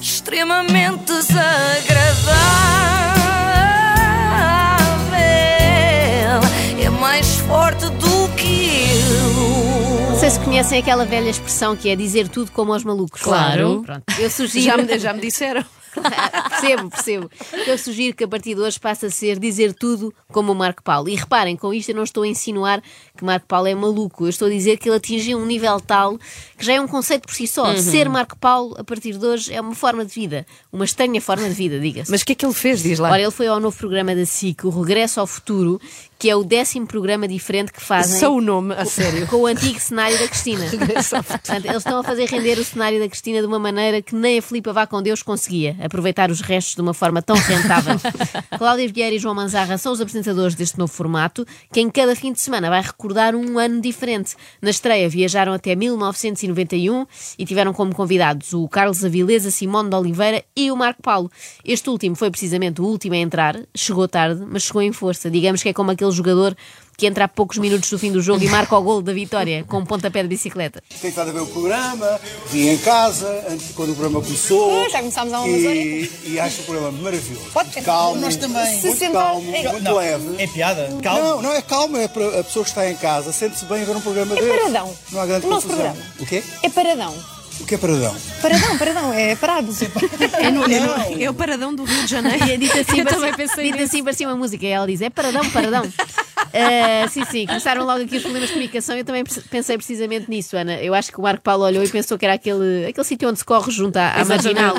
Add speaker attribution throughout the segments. Speaker 1: extremamente desagradável. É mais forte do que eu.
Speaker 2: Não sei se conhecem aquela velha expressão que é dizer tudo como aos malucos.
Speaker 3: Claro.
Speaker 2: Pronto. Eu sugiro.
Speaker 4: Já me, já me disseram.
Speaker 2: percebo, percebo. Eu sugiro que a partir de hoje passe a ser dizer tudo como o Marco Paulo. E reparem, com isto eu não estou a insinuar que Marco Paulo é maluco. Eu estou a dizer que ele atingiu um nível tal que já é um conceito por si só. Ser Marco Paulo, a partir de hoje, é uma forma de vida. Uma estranha forma de vida, diga-se.
Speaker 4: Mas o que é que ele fez? Diz lá.
Speaker 2: Ora, ele foi ao novo programa da SIC, o Regresso ao Futuro, que é o décimo programa diferente que fazem
Speaker 4: Só o nome, a sério.
Speaker 2: com o antigo cenário da Cristina. Portanto, eles estão a fazer render o cenário da Cristina de uma maneira que nem a Filipa Vá com Deus conseguia, aproveitar os restos de uma forma tão rentável. Cláudia Vieira e João Manzarra são os apresentadores deste novo formato, que em cada fim de semana vai recordar um ano diferente. Na estreia viajaram até 1991 e tiveram como convidados o Carlos Avilés, a Simone de Oliveira e o Marco Paulo. Este último foi precisamente o último a entrar, chegou tarde, mas chegou em força. Digamos que é como aquele jogador que entra a poucos minutos do fim do jogo e marca o gol da vitória com um pontapé de bicicleta.
Speaker 5: Tenho estado a ver o programa, vim em casa, antes, quando o programa começou.
Speaker 6: Ah, já começámos há umas
Speaker 5: e, e acho o programa maravilhoso.
Speaker 6: Pode ser.
Speaker 5: Calmo,
Speaker 6: Nós também. Se
Speaker 5: Muito
Speaker 6: sentar-
Speaker 5: calmo,
Speaker 6: É-
Speaker 5: muito
Speaker 7: Não,
Speaker 5: leve.
Speaker 7: É piada?
Speaker 5: Não,
Speaker 7: Calma.
Speaker 5: não é calmo, é para a pessoa que está em casa, sente-se bem a ver um programa
Speaker 6: É
Speaker 5: desse.
Speaker 6: paradão.
Speaker 5: Não há grande
Speaker 6: O nosso
Speaker 5: confusão.
Speaker 6: programa.
Speaker 5: O quê?
Speaker 6: É paradão.
Speaker 5: O que é paradão?
Speaker 6: Paradão, paradão, é parado.
Speaker 4: É, no- é no- é o Paradão do Rio de Janeiro.
Speaker 2: E é dito assim,
Speaker 3: Eu
Speaker 2: parecia-
Speaker 3: também pensei
Speaker 2: dito assim parecia uma música. E ela diz: é paradão, paradão. Ah, sim, sim, começaram logo aqui os problemas de comunicação. Eu também pre- pensei precisamente nisso, Ana. Eu acho que o Marco Paulo olhou e pensou que era aquele, aquele sítio onde se corre junto à, à marginal,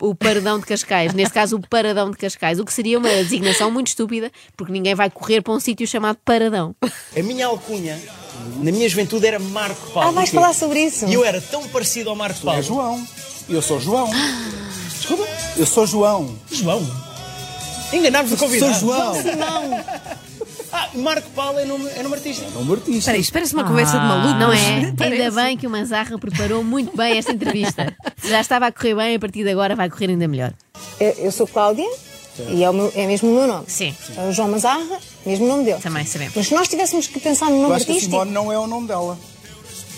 Speaker 2: o, o Paradão de Cascais. Neste caso, o Paradão de Cascais, o que seria uma designação muito estúpida, porque ninguém vai correr para um sítio chamado Paradão.
Speaker 7: A minha alcunha, na minha juventude, era Marco Paulo.
Speaker 4: é
Speaker 6: Ah, vais falar sobre isso?
Speaker 7: E eu era tão parecido ao Marco
Speaker 5: É
Speaker 7: Paulo.
Speaker 5: João. Eu sou João. Desculpa? Eu sou João.
Speaker 7: João. Enganámos o
Speaker 5: Sou
Speaker 7: convidado.
Speaker 5: João.
Speaker 7: Ah, Marco Paulo é nome, é nome artístico.
Speaker 5: É um artista.
Speaker 4: Espera aí, espera-se uma conversa de
Speaker 5: Ah.
Speaker 4: maluco.
Speaker 2: Não é? Ainda bem que o Manzarra preparou muito bem esta entrevista. Se já estava a correr bem, a partir de agora vai correr ainda melhor.
Speaker 6: Eu, eu sou Cláudia e é, o meu- é mesmo o meu nome.
Speaker 2: Sim.
Speaker 6: É o João Mazarra, mesmo o nome dele.
Speaker 2: Também sabemos.
Speaker 6: Mas se nós tivéssemos que pensar no
Speaker 5: Eu
Speaker 6: nome
Speaker 5: acho que a
Speaker 6: artístico.
Speaker 5: Simone não é o nome dela.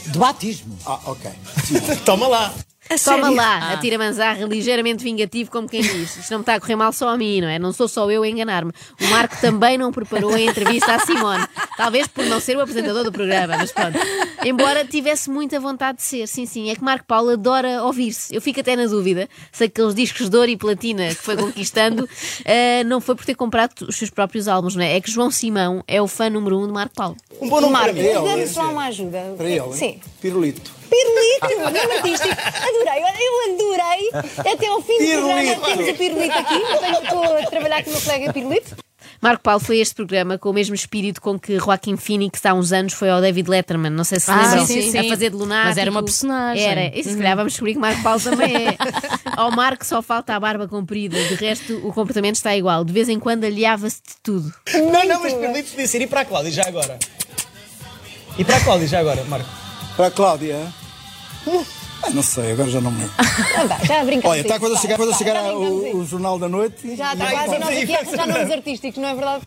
Speaker 7: De batismo.
Speaker 5: Ah, ok.
Speaker 7: Toma lá.
Speaker 4: A
Speaker 2: Toma
Speaker 4: sério? Ah.
Speaker 2: lá, atira manzarra, ligeiramente vingativo, como quem diz. Isto não me está a correr mal só a mim, não é? Não sou só eu a enganar-me. O Marco também não preparou a entrevista à Simone. Talvez por não ser o apresentador do programa, mas pronto. Embora tivesse muita vontade de ser, sim, sim. É que Marco Paulo adora ouvir-se. Eu fico até na dúvida se aqueles discos de ouro e platina que foi conquistando eh, não foi por ter comprado os seus próprios álbuns, não é? É que João Simão é o fã número um de Marco Paulo.
Speaker 7: Um
Speaker 5: é
Speaker 7: bom nome
Speaker 6: Marco,
Speaker 7: para mim.
Speaker 5: ele,
Speaker 6: dá-nos lá
Speaker 5: sim.
Speaker 6: uma ajuda.
Speaker 5: Para ele.
Speaker 6: Sim.
Speaker 5: Pirulito.
Speaker 6: Pirulito, nome artístico. Adorei, olha, eu adorei. Até ao fim do
Speaker 5: Pirulito.
Speaker 6: programa temos o Pirulito aqui. Eu tenho- Estou a trabalhar com o meu colega Pirulito.
Speaker 2: Marco Paulo foi a este programa com o mesmo espírito com que Joaquim Phoenix há uns anos foi ao David Letterman, não sei se se
Speaker 3: Ah,
Speaker 2: lembram,
Speaker 3: sim, sim.
Speaker 2: a fazer de lunático.
Speaker 3: Mas era uma personagem. Uhum.
Speaker 2: Era, e se calhar vamos descobrir que Marco Paulo também é. Ao Marco só falta a barba comprida, de resto o comportamento está igual, de vez em quando aliava-se de tudo.
Speaker 7: Não, não, mas permite-te dizer. E para a Cláudia já agora? E para a Cláudia já agora, Marco?
Speaker 5: Para a Cláudia.
Speaker 6: Hum.
Speaker 5: Ah, não sei, agora já não me lembro.
Speaker 6: Ah, vá, já brincamos.
Speaker 5: Olha, está quando eu
Speaker 6: disso,
Speaker 5: chegar,
Speaker 6: vá,
Speaker 5: quando eu
Speaker 6: vá,
Speaker 5: chegar
Speaker 6: já
Speaker 5: ao-
Speaker 6: brincamos disso.
Speaker 5: o Jornal da Noite.
Speaker 6: Já está
Speaker 7: Ai,
Speaker 6: quase e nós
Speaker 7: vamos
Speaker 6: aqui
Speaker 7: aí,
Speaker 6: a arranjar
Speaker 7: vamos
Speaker 6: nomes artísticos, não é verdade?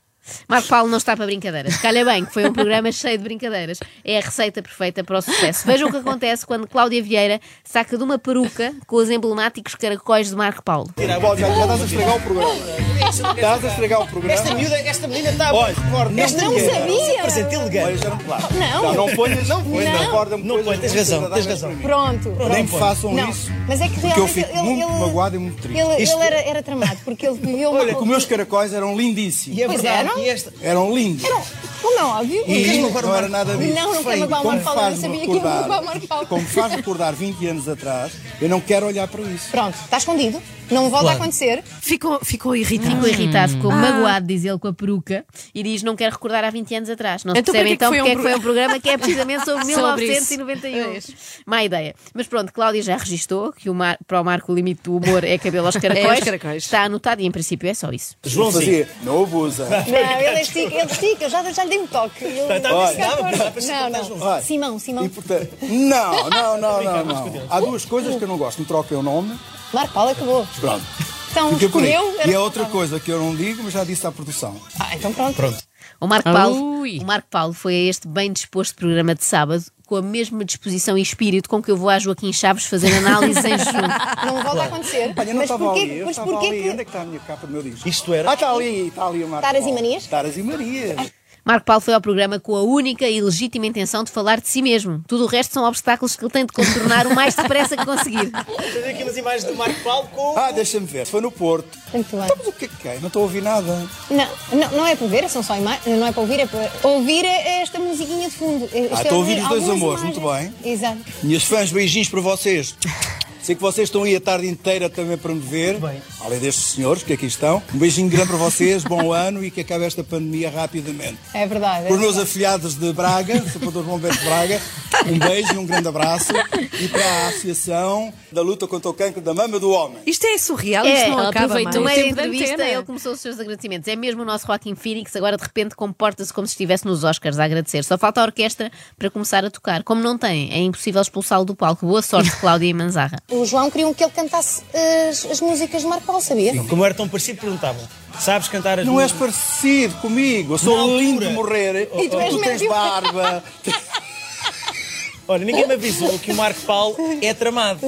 Speaker 2: Marco Paulo não está para brincadeiras. Calha bem que foi um programa cheio de brincadeiras. É a receita perfeita para o sucesso. Vejam o que acontece quando Cláudia Vieira saca de uma peruca com os emblemáticos caracóis de Marco Paulo.
Speaker 5: Bom, já, já estás a estragar o programa. Estás a estragar o programa.
Speaker 7: Esta miúda, esta menina está a
Speaker 5: Olha,
Speaker 7: Esta
Speaker 6: não
Speaker 7: menina
Speaker 6: sabia.
Speaker 7: era um presente
Speaker 5: Olha,
Speaker 7: elegante.
Speaker 5: já não me claro.
Speaker 6: Não.
Speaker 5: Não ponhas, não ponhas,
Speaker 6: Não.
Speaker 5: acorda-me
Speaker 7: Não
Speaker 5: coisas
Speaker 7: põe, tens
Speaker 5: muito
Speaker 7: razão, tens
Speaker 5: agradáveis
Speaker 7: razão.
Speaker 5: para mim.
Speaker 6: Pronto.
Speaker 5: Nem me
Speaker 7: põe.
Speaker 5: façam
Speaker 6: Não,
Speaker 5: isso.
Speaker 6: mas é que
Speaker 5: Porque eu
Speaker 6: realmente
Speaker 5: fico
Speaker 6: ele,
Speaker 5: muito
Speaker 6: ele-
Speaker 5: magoado e muito triste.
Speaker 6: Ele,
Speaker 7: Isto-
Speaker 6: ele era, era tramado, porque ele viveu uma.
Speaker 5: Olha, que os meus caracóis eram lindíssimos.
Speaker 7: E é
Speaker 6: Pois
Speaker 7: verdade.
Speaker 6: é, não?
Speaker 7: E esta...
Speaker 5: Eram lindos.
Speaker 6: Não, Como é óbvio?
Speaker 5: E
Speaker 7: quero
Speaker 5: não
Speaker 7: magoar
Speaker 5: era
Speaker 7: o Marco
Speaker 5: nada disso.
Speaker 6: Não, não quero magoar o
Speaker 5: Como
Speaker 6: Marco Paulo, eu não
Speaker 5: faz-me
Speaker 6: sabia que ia magoar o
Speaker 5: recordar-
Speaker 6: Marco Paulo.
Speaker 5: Como faz recordar 20 anos atrás, eu não quero olhar para isso.
Speaker 6: Pronto, está escondido, não volta a acontecer.
Speaker 4: Ficou, ficou irritado.
Speaker 2: Ficou irritado, ficou
Speaker 4: Ah.
Speaker 2: magoado, diz ele, com a peruca e diz: Não quero recordar há 20 anos atrás. Não se
Speaker 4: Então,
Speaker 2: percebe
Speaker 4: porque é
Speaker 2: então
Speaker 4: que foi
Speaker 2: porque é
Speaker 4: um
Speaker 2: que foi um programa que é precisamente sobre
Speaker 3: Sobre isso.
Speaker 2: 1991. Má ideia. Mas pronto, Cláudia já registou que o Mar- para o Marco o limite do humor é cabelo aos caracóis.
Speaker 4: É aos caracóis.
Speaker 2: Está anotado e em princípio é só isso.
Speaker 5: João fazia, não abusa.
Speaker 6: Não, ele estica, ele estica, eu já, já lhe dei um toque. Ele, ele-
Speaker 7: Tá, tá, tá,
Speaker 6: não,
Speaker 7: tá, tá, tá,
Speaker 6: não.
Speaker 5: Olha,
Speaker 6: Simão, Simão.
Speaker 5: E, portanto, não, não, não, não, não. Há duas coisas que eu não gosto. Me troquem o nome.
Speaker 6: Marco Paulo acabou.
Speaker 5: Pronto.
Speaker 6: Então
Speaker 5: Fica por aí.
Speaker 6: escolheu. era
Speaker 5: E a outra
Speaker 6: saudável.
Speaker 5: coisa que eu não digo, mas já disse à produção.
Speaker 6: Ah, então pronto.
Speaker 2: O Marco Paulo,
Speaker 3: Ui.
Speaker 2: o Marco Paulo foi a este bem disposto programa de sábado com a mesma disposição e espírito com que eu vou à Joaquim Chaves fazer análise em junho.
Speaker 6: Não volta a acontecer.
Speaker 5: Olha, eu não
Speaker 6: mas
Speaker 5: estava ali.
Speaker 6: porquê,
Speaker 5: Eu
Speaker 6: mas
Speaker 5: estava
Speaker 6: porquê
Speaker 5: ali.
Speaker 6: que
Speaker 5: Onde é que está a minha capa do meu disco?
Speaker 7: Isto era-
Speaker 5: Ah, está ali, está ali o Marco.
Speaker 6: Taras e
Speaker 5: Paulo.
Speaker 6: Marias?
Speaker 5: Taras e Marias.
Speaker 2: Marco Paulo foi ao programa com a única e legítima intenção de falar de si mesmo. Tudo o resto são obstáculos que ele tem de contornar o mais depressa que conseguir.
Speaker 7: Tens aqui umas imagens do Marco Paulo com.
Speaker 5: Ah, deixa-me ver. Foi no Porto.
Speaker 6: Muito bem.
Speaker 5: Então, mas o que é que é? Não estou a ouvir nada.
Speaker 6: Não, não, não é para ver, são só imagens. Não é para ouvir, é para ouvir é esta musiquinha de fundo. Isto
Speaker 5: Ah,
Speaker 6: é
Speaker 5: estou a ouvir os dois
Speaker 6: algumas
Speaker 5: amores,
Speaker 6: imagens.
Speaker 5: muito
Speaker 6: Exato.
Speaker 5: Minhas fãs, beijinhos para vocês. Sei que vocês estão aí a tarde inteira também para me ver.
Speaker 7: Muito bem.
Speaker 5: Além destes senhores que aqui estão. Um beijinho grande para vocês, bom ano e que acabe esta pandemia rapidamente.
Speaker 6: É verdade. é
Speaker 5: Para os meus
Speaker 6: verdade.
Speaker 5: afilhados de Braga, Sapador Bombeiro de Braga, um beijo e um grande abraço. E para a Associação da Luta contra o Cancro da Mama do Homem.
Speaker 4: Isto é surreal, isto não
Speaker 2: ele
Speaker 4: acaba mais.
Speaker 2: aproveitou a
Speaker 4: Tempo de
Speaker 2: entrevista,
Speaker 4: antena.
Speaker 2: ele começou os seus agradecimentos. É mesmo o nosso Joaquim Phoenix, agora de repente comporta-se como se estivesse nos Oscars a agradecer. Só falta a orquestra para começar a tocar. Como não tem, é impossível expulsá-lo do palco. Boa sorte, Cláudia e Manzarra.
Speaker 6: O João queriam que ele cantasse as, as músicas de Marco Paulo, sabia?
Speaker 7: Como era tão parecido, perguntavam: Sabes cantar as
Speaker 5: Não és
Speaker 7: músicas?
Speaker 5: parecido comigo, eu
Speaker 7: Na
Speaker 5: sou
Speaker 7: altura.
Speaker 5: lindo de morrer.
Speaker 6: E tu és
Speaker 5: tens
Speaker 6: mesmo.
Speaker 5: barba.
Speaker 7: Olha, ninguém me avisou que o Marco Paulo é tramado.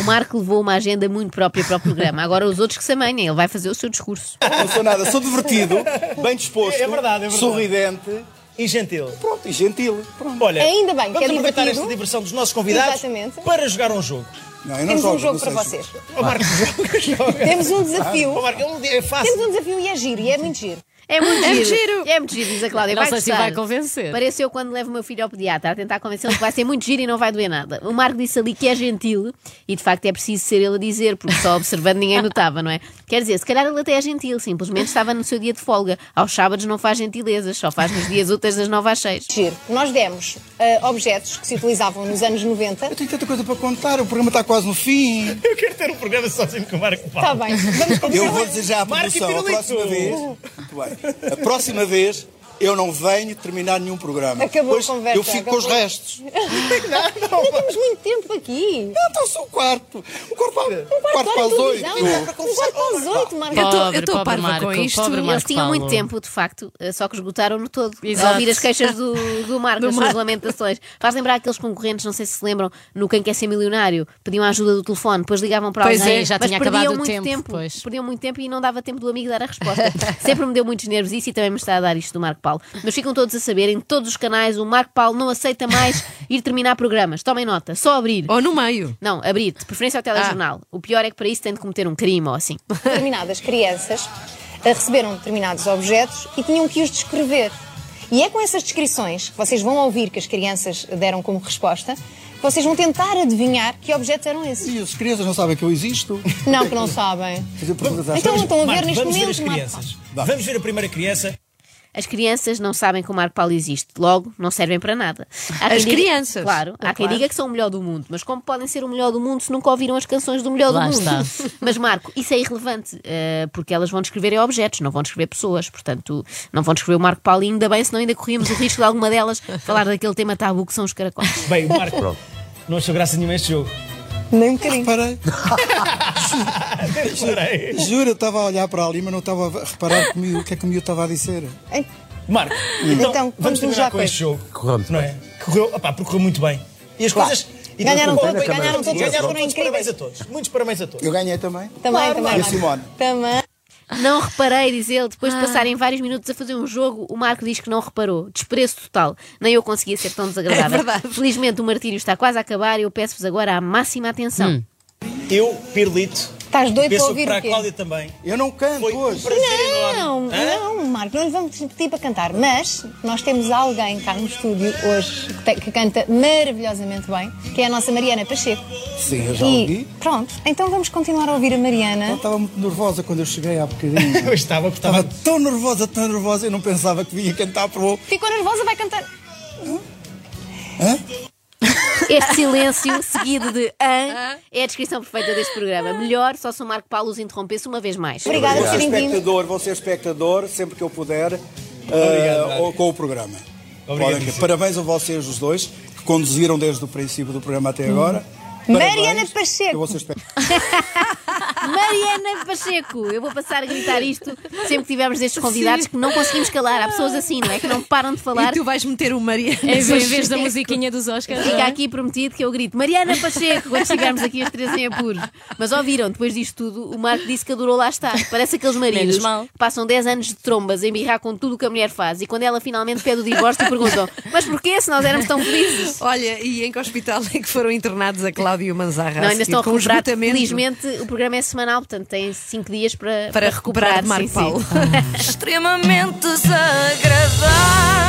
Speaker 2: O Marco levou uma agenda muito própria para o programa. Agora os outros que se amanhem, ele vai fazer o seu discurso.
Speaker 5: Não sou nada, sou divertido, bem disposto,
Speaker 7: É verdade, é verdade.
Speaker 5: sorridente,
Speaker 7: E gentil.
Speaker 5: pronto, e gentil. Pronto.
Speaker 7: Olha,
Speaker 6: Ainda bem, que
Speaker 7: vamos
Speaker 6: é
Speaker 7: aproveitar
Speaker 6: divertido.
Speaker 7: esta diversão dos nossos convidados
Speaker 6: Exatamente.
Speaker 7: para jogar um jogo.
Speaker 5: Não, eu não
Speaker 6: Temos
Speaker 5: jogo,
Speaker 6: um jogo
Speaker 5: não
Speaker 6: para
Speaker 5: sei se-
Speaker 6: vocês.
Speaker 7: Ó Marco, joga, joga.
Speaker 6: Temos um desafio.
Speaker 7: Ó Marco, ele- é
Speaker 5: Ah,
Speaker 7: fácil.
Speaker 6: Temos um desafio e é giro, e é muito giro.
Speaker 2: É muito
Speaker 4: É
Speaker 2: giro.
Speaker 4: muito giro.
Speaker 2: É muito giro, diz a Cláudia.
Speaker 3: Não
Speaker 2: vai
Speaker 3: sei se
Speaker 2: gostar.
Speaker 3: vai convencer.
Speaker 2: Pareceu quando levo o meu filho ao pediatra a tentar convencê-lo que vai ser muito giro e não vai doer nada. O Marco disse ali que é gentil e de facto é preciso ser ele a dizer, porque só observando ninguém notava, não é? Quer dizer, se calhar ele até é gentil, simplesmente estava no seu dia de folga. Aos sábados não faz gentilezas, só faz nos dias úteis das 9 às 6.
Speaker 6: Giro. Nós demos ah, objetos que se utilizavam nos anos 90.
Speaker 5: Eu tenho tanta coisa para contar, o programa está quase no fim.
Speaker 7: Eu quero ter um programa sozinho com o Marco Paulo.
Speaker 6: Está Tá bem, vamos começar.
Speaker 5: Eu vou dizer já à
Speaker 7: Marca e
Speaker 5: produção, a
Speaker 7: Pirulito.
Speaker 5: próxima vez. Muito bem. A próxima vez eu não venho terminar nenhum programa.
Speaker 6: Acabou a
Speaker 5: Pois
Speaker 6: conversa,
Speaker 5: Eu fico com os
Speaker 6: acabou.
Speaker 5: restos.
Speaker 6: Ainda temos muito tempo aqui.
Speaker 5: Não, então sou o quarto. O quarto, para- o quarto para as oito.
Speaker 6: Um quarto para as oito, Marco.
Speaker 4: Eu tô- eu
Speaker 3: Pobre,
Speaker 4: tô
Speaker 3: pobre
Speaker 4: parva
Speaker 3: Marco,
Speaker 4: com isto.
Speaker 3: pobre
Speaker 4: Eles
Speaker 3: Marco
Speaker 2: Eles tinham muito
Speaker 3: Paulo.
Speaker 2: tempo, de facto, eh, só que esgotaram no todo.
Speaker 3: Exato.
Speaker 2: Ao ouvir as queixas do, do Marco,
Speaker 4: Do
Speaker 2: as suas
Speaker 4: Marco.
Speaker 2: lamentações. Faz lembrar aqueles concorrentes, não sei se se lembram, no Quem Quer Ser Milionário, pediam a ajuda do telefone, depois ligavam para
Speaker 3: Pois
Speaker 2: alguém,
Speaker 3: é, já
Speaker 2: mas
Speaker 3: tinha
Speaker 2: perdiam
Speaker 3: acabado o
Speaker 2: muito
Speaker 3: tempo,
Speaker 2: tempo
Speaker 3: pois.
Speaker 2: perdiam muito tempo e não dava tempo do amigo dar a resposta. Sempre me deu muitos nervos isso e também me está a dar isto do Marco Paulo. Mas ficam todos a saber, em todos os canais, o Marco Paulo não aceita mais ir terminar programas. Tomem nota, só abrir.
Speaker 3: Oh.
Speaker 4: Ou no meio.
Speaker 2: Não, abrir, de preferência
Speaker 3: Ah.
Speaker 2: ao telejornal. O pior é que para isso tem de cometer um crime ou assim.
Speaker 6: Determinadas crianças ah, receberam determinados objetos e tinham que os descrever. E é com essas descrições que vocês vão ouvir que as crianças deram como resposta que vocês vão tentar adivinhar que objetos eram esses.
Speaker 5: E as crianças não sabem que eu existo.
Speaker 6: Não, que não sabem.
Speaker 5: Fazer perguntas às
Speaker 6: Então não estão a ver
Speaker 7: Marco,
Speaker 6: neste
Speaker 7: vamos ver as
Speaker 6: momento, Marco.
Speaker 7: crianças. Vamos ver a primeira criança.
Speaker 2: As crianças não sabem que o Marco Paulo existe, logo não servem para nada. Há quem
Speaker 4: As
Speaker 2: diga-
Speaker 4: crianças.
Speaker 2: Claro, há quem
Speaker 4: Claro.
Speaker 2: diga que são o melhor do mundo, mas como podem ser o melhor do mundo se nunca ouviram as canções do melhor
Speaker 3: Lá
Speaker 2: do mundo?
Speaker 3: está.
Speaker 2: Mas Marco, isso é irrelevante, eh, porque elas vão descrever é objetos, não vão descrever pessoas, portanto não vão descrever o Marco Paulo, e ainda bem, senão ainda corríamos o risco de alguma delas falar daquele tema tabu que são os caracóis.
Speaker 7: Bem, o Marco não achou graça nenhuma este jogo.
Speaker 6: Nem um bocadinho.
Speaker 5: Parei.
Speaker 7: Parei.
Speaker 5: Juro, eu estava a olhar para ali, mas não estava a reparar comigo o que é que o miúdo estava a dizer.
Speaker 6: Hein?
Speaker 7: Marco, então,
Speaker 6: Então, vamos
Speaker 7: vamos
Speaker 6: já
Speaker 7: terminar com
Speaker 6: com
Speaker 7: este
Speaker 6: este.
Speaker 7: jogo.
Speaker 8: Correu muito
Speaker 7: não é? Correu, opá, porque correu muito bem. E as
Speaker 5: Claro.
Speaker 7: coisas. E
Speaker 6: Ganharam
Speaker 7: tudo correu
Speaker 6: todos,
Speaker 7: bem.
Speaker 6: ganharam todos,
Speaker 7: Ganharam
Speaker 6: foram
Speaker 7: todos.
Speaker 6: incríveis.
Speaker 7: Parabéns a todos. Muitos parabéns a todos.
Speaker 5: Eu ganhei também.
Speaker 6: Também, também.
Speaker 5: E a
Speaker 6: Marco.
Speaker 5: Simone?
Speaker 6: Também.
Speaker 2: Não reparei, diz ele, depois de
Speaker 4: Ah.
Speaker 2: passarem vários minutos a fazer um jogo, o Marco diz que não reparou. Desprezo total. Nem eu conseguia ser tão desagradável.
Speaker 4: É
Speaker 2: Felizmente o martírio está quase a acabar e eu peço-vos agora a máxima atenção.
Speaker 7: Eu, Pirlito.
Speaker 6: Estás doido
Speaker 7: penso
Speaker 6: para ouvir
Speaker 7: para é
Speaker 6: o
Speaker 7: a
Speaker 6: quê?
Speaker 7: Cláudia também.
Speaker 5: Eu não canto
Speaker 7: Foi um
Speaker 5: hoje.
Speaker 7: prazer
Speaker 6: Não,
Speaker 7: enorme. Hã?
Speaker 6: não, Marco, não lhe vamos pedir para cantar, mas nós temos alguém cá no estúdio hoje que, tem- que canta maravilhosamente bem, que é a nossa Mariana Pacheco.
Speaker 5: Sim, eu já
Speaker 6: e
Speaker 5: ouvi.
Speaker 6: pronto, então vamos continuar a ouvir a
Speaker 5: Eu
Speaker 6: Mariana.
Speaker 5: estava muito nervosa quando eu cheguei há bocadinho.
Speaker 7: Eu estava, porque
Speaker 5: Estava
Speaker 7: estava.
Speaker 5: tão nervosa, tão nervosa, eu não pensava que vinha cantar para o.
Speaker 6: Ficou nervosa, vai cantar.
Speaker 4: Hum.
Speaker 2: Este silêncio seguido de an é a descrição perfeita deste programa. Melhor só se o Marco Paulo os interrompesse uma vez mais.
Speaker 6: Obrigada por
Speaker 5: Você é
Speaker 6: terem vindo.
Speaker 5: espectador, você espectador, sempre que eu puder,
Speaker 7: Obrigado,
Speaker 5: ah,
Speaker 7: Mário.
Speaker 5: ou com o programa.
Speaker 7: Obrigado,
Speaker 5: Olha,
Speaker 7: Luís.
Speaker 5: parabéns a vocês os dois, que conduziram desde o princípio do programa até agora.
Speaker 6: Hum. Mariana
Speaker 5: Parabéns.
Speaker 6: Pacheco.
Speaker 5: Eu vou ser espera-
Speaker 2: Mariana Pacheco. Eu vou passar a gritar isto sempre que tivermos destes convidados
Speaker 4: Sim.
Speaker 2: que não conseguimos calar. Há pessoas assim, não é? Que não param de
Speaker 4: E
Speaker 2: falar.
Speaker 4: tu vais meter o Maria.
Speaker 3: Em vez, em vez da musiquinha dos Oscars. não
Speaker 2: Fica
Speaker 3: é?
Speaker 2: aqui prometido que eu grito Mariana Pacheco quando estivermos aqui as três em apuros. Mas ouviram, depois disto tudo, o Marco disse que adorou lá estar. Parece aqueles maridos
Speaker 3: Menos mal.
Speaker 2: que passam 10 anos de trombas a embirrar com tudo o que a mulher faz e quando ela finalmente pede o divórcio perguntam: Mas porquê se nós éramos tão felizes?
Speaker 4: Olha, e em que hospital é que foram internados a Cláudio e o Manzarra?
Speaker 2: Não,
Speaker 4: a
Speaker 2: ainda
Speaker 4: seguir,
Speaker 2: estão a
Speaker 4: com o
Speaker 2: recuperar.
Speaker 4: esgotamento
Speaker 2: Felizmente o programa é semanal, portanto tem 5 dias para,
Speaker 4: para recuperar de Marco
Speaker 2: sim, sim.
Speaker 4: Paulo.
Speaker 1: extremamente desagradável. assim?